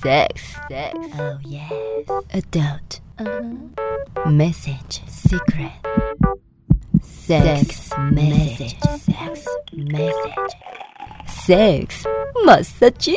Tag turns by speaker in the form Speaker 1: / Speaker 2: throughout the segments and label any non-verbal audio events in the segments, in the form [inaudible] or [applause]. Speaker 1: Sex, sex, oh yes. Uh-huh. Adult, message, secret. Sex, message, sex, message. Sex, massage.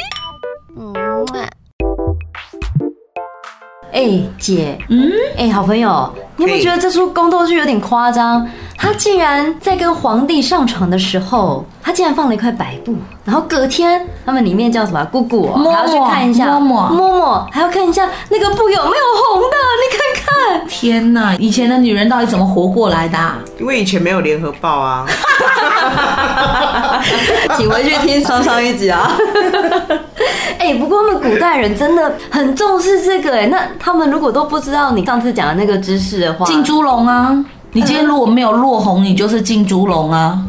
Speaker 1: 哎、姐，嗯，哎、好朋友，你有没有
Speaker 2: 嘿
Speaker 1: 觉得这出宫斗剧有点夸张？他竟然在跟皇帝上床的时候，他竟然放了一块白布，然后隔天他们里面叫什么姑姑、哦，
Speaker 3: 嬷嬷
Speaker 1: 还要去看一下
Speaker 3: 嬷嬷
Speaker 1: 嬷嬷，还要看一下那个布有没有红的，你看看。
Speaker 3: 天哪，以前的女人到底怎么活过来的、啊？
Speaker 2: 因为以前没有联合报啊，
Speaker 3: [laughs]
Speaker 1: 请回去听上上一集啊。 [laughs] 哎、不过他们古代人真的很重视这个哎、那他们如果都不知道你上次讲的那个知识的话，
Speaker 3: 进猪笼啊！你今天如果没有落红，你就是进猪笼啊，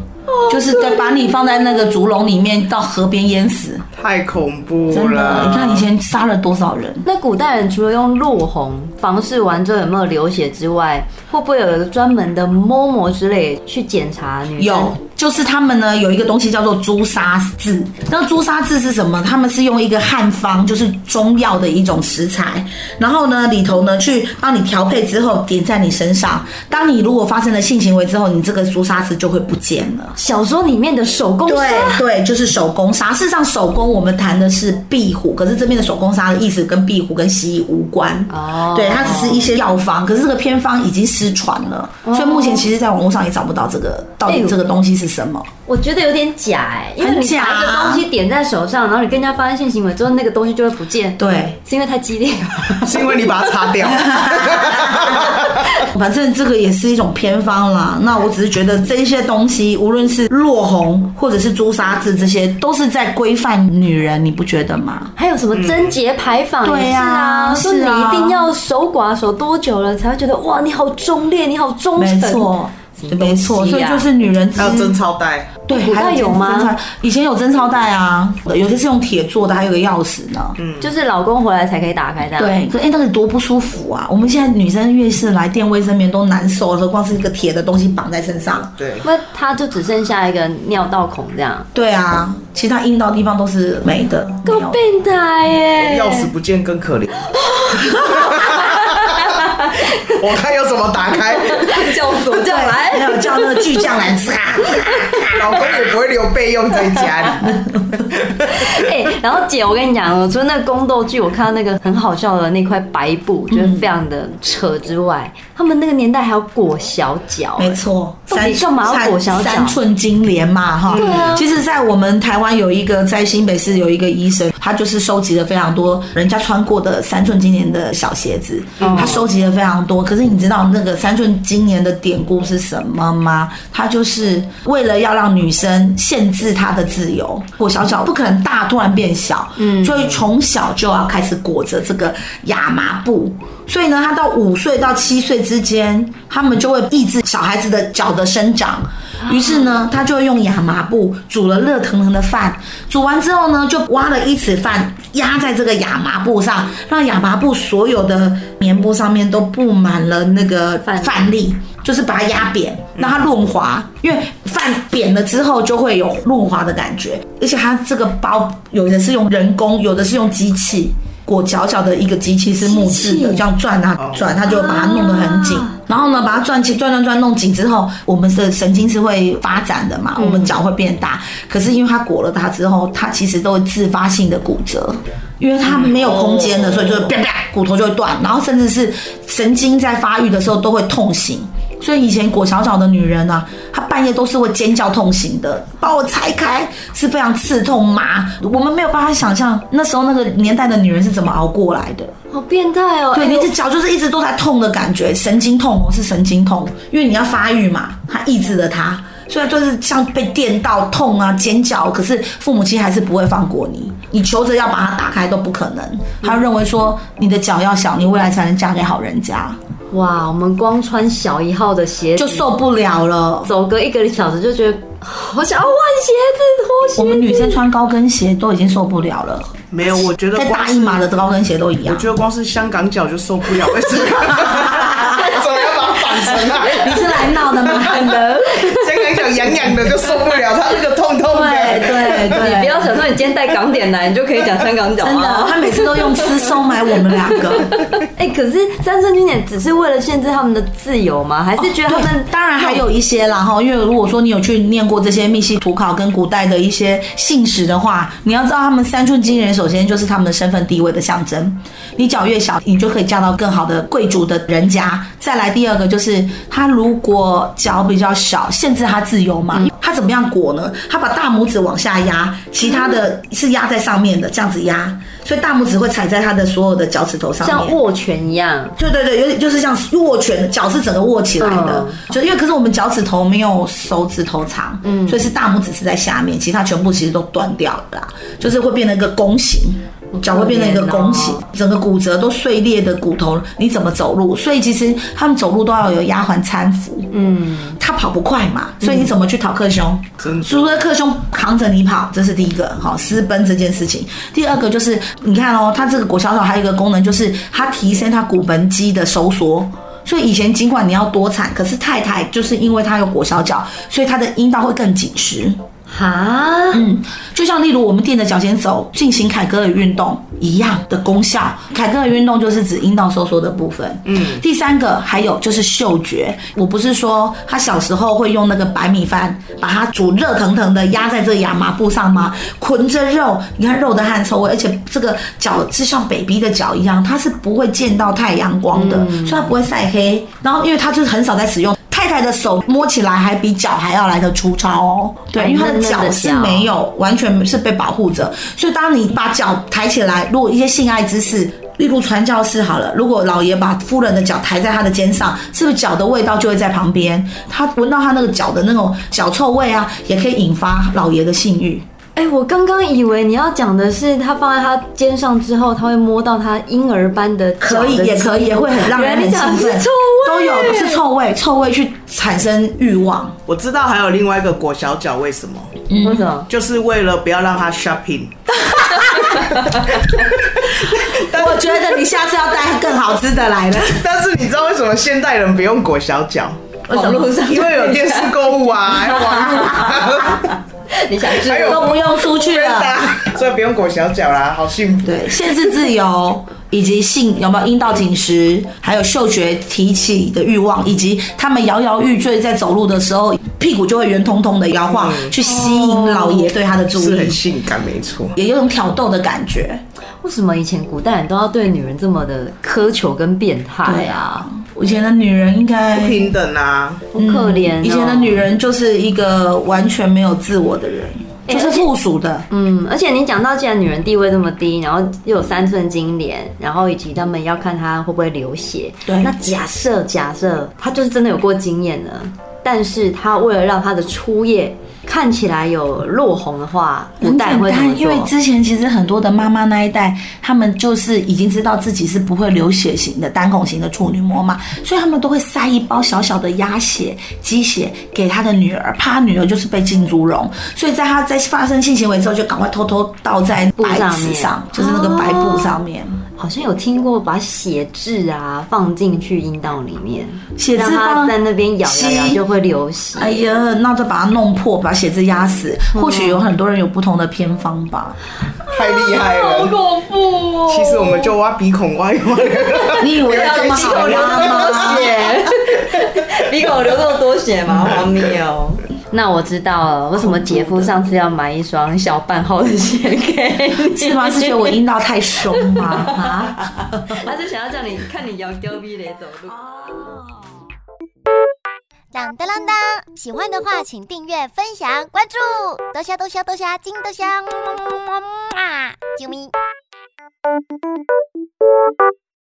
Speaker 3: 就是对，把你放在那个竹笼里面，到河边淹死。
Speaker 2: 太恐怖
Speaker 3: 真的，
Speaker 2: 了。
Speaker 3: 你看以前杀了多少人？
Speaker 1: 那古代人除了用落红房事完之后有没有流血之外，会不会有一个专门的摸摸之类去检查女生？
Speaker 3: 有，就是他们呢有一个东西叫做朱砂痣。那朱砂痣是什么？他们是用一个汉方，就是中药的一种食材，然后呢里头呢去帮你调配之后点在你身上。当你如果发生了性行为之后，你这个朱砂痣就会不见了。
Speaker 1: 小说里面的手工
Speaker 3: 对
Speaker 1: 纱，
Speaker 3: 对，就是手工纱。事实上，手工我们谈的是壁虎，可是这边的手工纱的意思跟壁虎跟蜥蜴无关。
Speaker 1: 哦
Speaker 3: 对，它只是一些药方，可是这个偏方已经失传了，所以目前其实在网络上也找不到这个到
Speaker 1: 哦哎
Speaker 3: 底
Speaker 1: 呦
Speaker 3: 这个东西是什么。
Speaker 1: 我觉得有点假哎、因为
Speaker 3: 很
Speaker 1: 你
Speaker 3: 假
Speaker 1: 把一个东西点在手上，然后你跟人家发生性行为之后，那个东西就会不见。，
Speaker 3: 对，
Speaker 1: 是因为太激烈了。
Speaker 2: 是因为你把它
Speaker 3: [laughs]
Speaker 2: 擦掉。
Speaker 3: 反正这个也是一种偏方
Speaker 1: [laughs]
Speaker 3: 啦。那我只是觉得这些东西，无论是落红或者是朱砂痣，这些都是在规范女人，你不觉得吗？
Speaker 1: [laughs] 还有什么贞洁牌坊也
Speaker 3: 对
Speaker 1: 是啊，
Speaker 3: 啊
Speaker 1: 说你
Speaker 3: 是啊
Speaker 1: 一定要守寡守多久了才会觉得哇，你好忠烈，你好忠
Speaker 3: 没
Speaker 1: 诚。
Speaker 3: 错
Speaker 1: 什么，
Speaker 3: 没
Speaker 1: 东西
Speaker 3: 错，所以
Speaker 1: 呀
Speaker 3: 就是女人
Speaker 2: 还有
Speaker 3: 之
Speaker 2: 贞操带，
Speaker 3: 对，
Speaker 1: 古代
Speaker 3: 还
Speaker 1: 有吗
Speaker 3: 贞操？以前有贞操带啊，有些是用铁做的，还有个钥匙呢。
Speaker 1: 就是老公回来才可以打开这样。
Speaker 3: 对，可哎、那个多不舒服啊！我们现在女生越是来垫卫生棉都难受，何况是一个铁的东西绑在身上。
Speaker 2: 对，
Speaker 1: 那他就只剩下一个尿道孔这样，
Speaker 3: 对啊，其他阴道地方都是没的。没
Speaker 1: 够
Speaker 3: 有
Speaker 1: 变态 [laughs] 耶！
Speaker 2: 钥匙不见
Speaker 3: [laughs]
Speaker 2: 更可怜。我看要怎么打
Speaker 3: [laughs]
Speaker 2: 开，
Speaker 1: 叫锁叫
Speaker 3: 对，
Speaker 1: 来，
Speaker 3: 还有叫那个巨匠来 [laughs] 擦。
Speaker 2: 老公也不会留备用在家里。
Speaker 1: 哎、然后姐，我跟你讲，我除了那个宫斗剧，我看到那个很好笑的那块白布，觉得非常的扯之外，他们那个年代还有裹小脚、
Speaker 3: 没错，
Speaker 1: 到底
Speaker 3: 三
Speaker 1: 干嘛要
Speaker 3: 三
Speaker 1: 裹小脚
Speaker 3: 三寸金莲嘛，哈。对啊。其实，在我们台湾有一个，在新北市有一个医生，他就是收集了非常多人家穿过的三寸金莲的小鞋子，他收集了非常多。可是你知道那个三寸金莲的典故是什么吗？他就是为了要让女生限制她的自由，裹小脚不可能大突然变小，嗯，所以从小就要开始裹着这个亚麻布。所以呢，他到五岁到七岁之间，他们就会抑制小孩子的脚的生长。于是呢，他就会用亚麻布煮了热腾腾的饭，煮完之后呢，就挖了一尺饭压在这个亚麻布上，让亚麻布所有的棉布上面都布满了那个
Speaker 1: 饭
Speaker 3: 饭粒。就是把它压扁，让它润滑，因为饭扁了之后就会有润滑的感觉，而且它这个包有的是用人工，有的是用机器。裹脚脚的一个机器是木质
Speaker 1: 机器啊
Speaker 3: 的，这样转啊转，它就把它弄得很紧。然后呢，把它转起，转转转，弄紧之后，我们的神经是会发展的
Speaker 1: 嗯
Speaker 3: 嘛，我们脚会变大。可是因为它裹了它之后，它其实都会自发性的骨折，因为它没有空间了，所以就会啪啪骨头就会断，然后甚至是神经在发育的时候都会痛醒。所以以前裹小脚的女人啊，她半夜都是会尖叫痛醒的，把我拆开是非常刺痛麻。我们没有办法想象那时候那个年代的女人是怎么熬过来的。
Speaker 1: 好变态哦！
Speaker 3: 对，
Speaker 1: 哎
Speaker 3: 你的脚就是一直都在痛的感觉，神经痛哦，是神经痛，因为你要发育嘛，它抑制了它。虽然就是像被电到痛啊、尖叫，可是父母亲还是不会放过你。你求着要把它打开都不可能，他认为说你的脚要小，你未来才能嫁给好人家，
Speaker 1: 哇，我们光穿小一号的鞋子
Speaker 3: 就受不了了。
Speaker 1: 走个一个小时就觉得好想要换鞋子、
Speaker 3: 我
Speaker 1: 脱鞋。
Speaker 3: 们女生穿高跟鞋都已经受不了了，
Speaker 2: 没有，我觉得
Speaker 3: 跟
Speaker 2: 光
Speaker 3: 大
Speaker 2: 是
Speaker 3: 一码的高跟鞋都一样
Speaker 2: 我。觉得光是香港脚就受
Speaker 3: [laughs]
Speaker 2: 不了，为什么？为什么要把它绑成啊？
Speaker 1: [laughs]
Speaker 3: 你是来闹的吗？
Speaker 2: 香港脚痒痒男的就受不了，他那个痛痛
Speaker 3: 对
Speaker 2: 的。
Speaker 3: 对对，
Speaker 1: 你不要想说你今天带港点来，你就可以讲香港脚
Speaker 3: 真
Speaker 2: 哦
Speaker 3: 的，
Speaker 1: 啊。
Speaker 3: 他每次都用吃收买我们两个。
Speaker 1: 哎、可是三寸金点只是为了限制他们的自由吗？还是觉得他们、
Speaker 3: 当然还有一些啦哈，因为如果说你有去念过这些密西土考跟古代的一些信史的话，你要知道他们三寸金人首先就是他们的身份地位的象征，你脚越小，你就可以嫁到更好的贵族的人家。再来第二个就是他如果脚比较小，限制他自由嘛。他怎么样裹呢？他把大拇指往下压，其他的是压在上面的，这样子压，所以大拇指会踩在他的所有的脚趾头上面，
Speaker 1: 像握拳一样？
Speaker 3: 对对对，有点就是像握拳，脚是整个握起来的，就因为可是我们脚趾头没有手指头长，嗯，所以是大拇指是在下面，其他全部其实都断掉了啦，就是会变成一个弓形。脚会变成一个弓形
Speaker 1: 好可，
Speaker 3: 整个骨折都碎裂的骨头，你怎么走路？所以其实他们走路都要有丫鬟搀扶，
Speaker 1: 嗯，
Speaker 3: 他跑不快嘛，所以你怎么去讨克兄？
Speaker 2: 嗯真的
Speaker 3: 除了克兄扛着你跑，这是第一个，好私奔这件事情。第二个就是你看哦，它这个裹小手还有一个功能就是它提升它骨盆肌的收缩。所以以前尽管你要多产，可是太太就是因为她有裹小脚，所以她的阴道会更紧实。
Speaker 1: 哈，
Speaker 3: 嗯，就像例如我们垫着脚尖走进行凯格尔运动一样的功效。凯格尔运动就是指阴道收缩的部分。嗯，第三个还有就是嗅觉。我不是说他小时候会用那个白米饭把它煮热腾腾的压在这个亚麻布上吗？捆着肉，你看肉的汗臭味，而且这个脚是像 baby 的脚一样，它是不会见到太阳光的，所以它不会晒黑。然后因为它就是很少在使用。太太的手摸起来还比脚还要来的粗糙哦，对，因为她的脚是没有完全是被保护着，所以当你把脚抬起来，如果一些性爱姿势。例如传教士好了，如果老爷把夫人的脚抬在他的肩上，是不是脚的味道就会在旁边？他闻到他那个脚的那种脚臭味啊，也可以引发老爷的性欲。
Speaker 1: 哎、我刚刚以为你要讲的是，他放在他肩上之后，他会摸到他婴儿般的脚
Speaker 3: 可
Speaker 1: 的
Speaker 3: 以，也
Speaker 1: 肌
Speaker 3: 可以，
Speaker 1: 肤
Speaker 3: 也会很让人
Speaker 1: 原来
Speaker 3: 很
Speaker 1: 你讲
Speaker 3: 兴
Speaker 1: 的是
Speaker 3: 奋，
Speaker 1: 臭味，
Speaker 3: 都有是臭味，臭味去产生欲望。
Speaker 2: 我知道还有另外一个裹小脚，为什么？
Speaker 1: 为什么？
Speaker 2: 就是为了不要让他 shopping。但
Speaker 3: 我觉得你下次要带更好吃的来了。
Speaker 2: [laughs] 但是你知道为什么现代人不用裹小脚？
Speaker 1: [laughs] 网络上
Speaker 2: 因为有电视购物啊，还有网络啊，
Speaker 1: [laughs] 你想知
Speaker 2: 还有
Speaker 3: 都不用出去
Speaker 2: 真的
Speaker 3: 了。
Speaker 2: 啊所以不用裹小脚啦，好幸福。
Speaker 3: 对，限制自由，以及性有没有阴道紧实，还有嗅觉提起的欲望，以及他们摇摇欲坠，在走路的时候屁股就会圆通通的摇晃，去吸引老爷对他的注
Speaker 2: 嗯是很
Speaker 3: 意，
Speaker 2: 性感，没错。
Speaker 3: 也有种挑逗的感觉。
Speaker 1: 为什么以前古代人都要对女人这么的苛求跟变态啊？，
Speaker 3: 我觉得女人应该
Speaker 2: 不平等啊，
Speaker 1: 好可怜、哦
Speaker 3: 以前的女，人就是一个完全没有自我的人，
Speaker 1: 哎
Speaker 3: 就是附属的。
Speaker 1: 嗯，而且你讲到，既然女人地位这么低，然后又有三寸金莲，然后以及他们要看她会不会流血。
Speaker 3: 对
Speaker 1: 那假设假设她就是真的有过经验了，但是她为了让她的初夜看起来有落红的话，古
Speaker 3: 很
Speaker 1: 代人
Speaker 3: 简
Speaker 1: 会怎么
Speaker 3: 单，因为
Speaker 1: 做？
Speaker 3: 之前其实很多的妈妈那一代，她们就是已经知道自己是不会流血型的单孔型的处女膜嘛，所以她们都会塞一包小小的鸭血、鸡血给她的女儿，怕她女儿就是被浸猪笼，所以在她在发生性行为之后，就赶快偷偷倒在
Speaker 1: 布
Speaker 3: 白
Speaker 1: 上
Speaker 3: 纸
Speaker 1: 面
Speaker 3: 上，就是那个白布上面。
Speaker 1: 好像有听过把血痣啊放进去阴道里面，
Speaker 3: 血
Speaker 1: 让
Speaker 3: 痣
Speaker 1: 它
Speaker 3: 放
Speaker 1: 在那边咬咬咬
Speaker 3: 吸
Speaker 1: 就会流血。
Speaker 3: 哎呀，那就把它弄破，把血渍压死。或许有很多人有不同的偏
Speaker 1: [laughs]
Speaker 3: 方吧。
Speaker 2: 太厉害了。
Speaker 1: 恐怖哦！
Speaker 2: 其实我们就挖鼻孔挖一挖，
Speaker 3: 你以为有这么
Speaker 1: 鼻孔
Speaker 3: 好
Speaker 1: 流那么
Speaker 3: 拉
Speaker 1: 多
Speaker 3: 吗？ [laughs]
Speaker 1: 血，鼻孔流那么多血吗？荒谬哦！ [laughs] 那我知道了，为什么姐夫上次要买一双小半号的鞋给
Speaker 3: [laughs]
Speaker 1: 你？
Speaker 3: 是吗？是觉得我阴道太凶吗？啊？
Speaker 1: [laughs] 他就想要叫你看你摇丢逼嘞走路。
Speaker 4: 当当当当！喜欢的话，请订阅、分享、关注，多虾多虾多虾，金多虾，么么么么么啊！啾咪。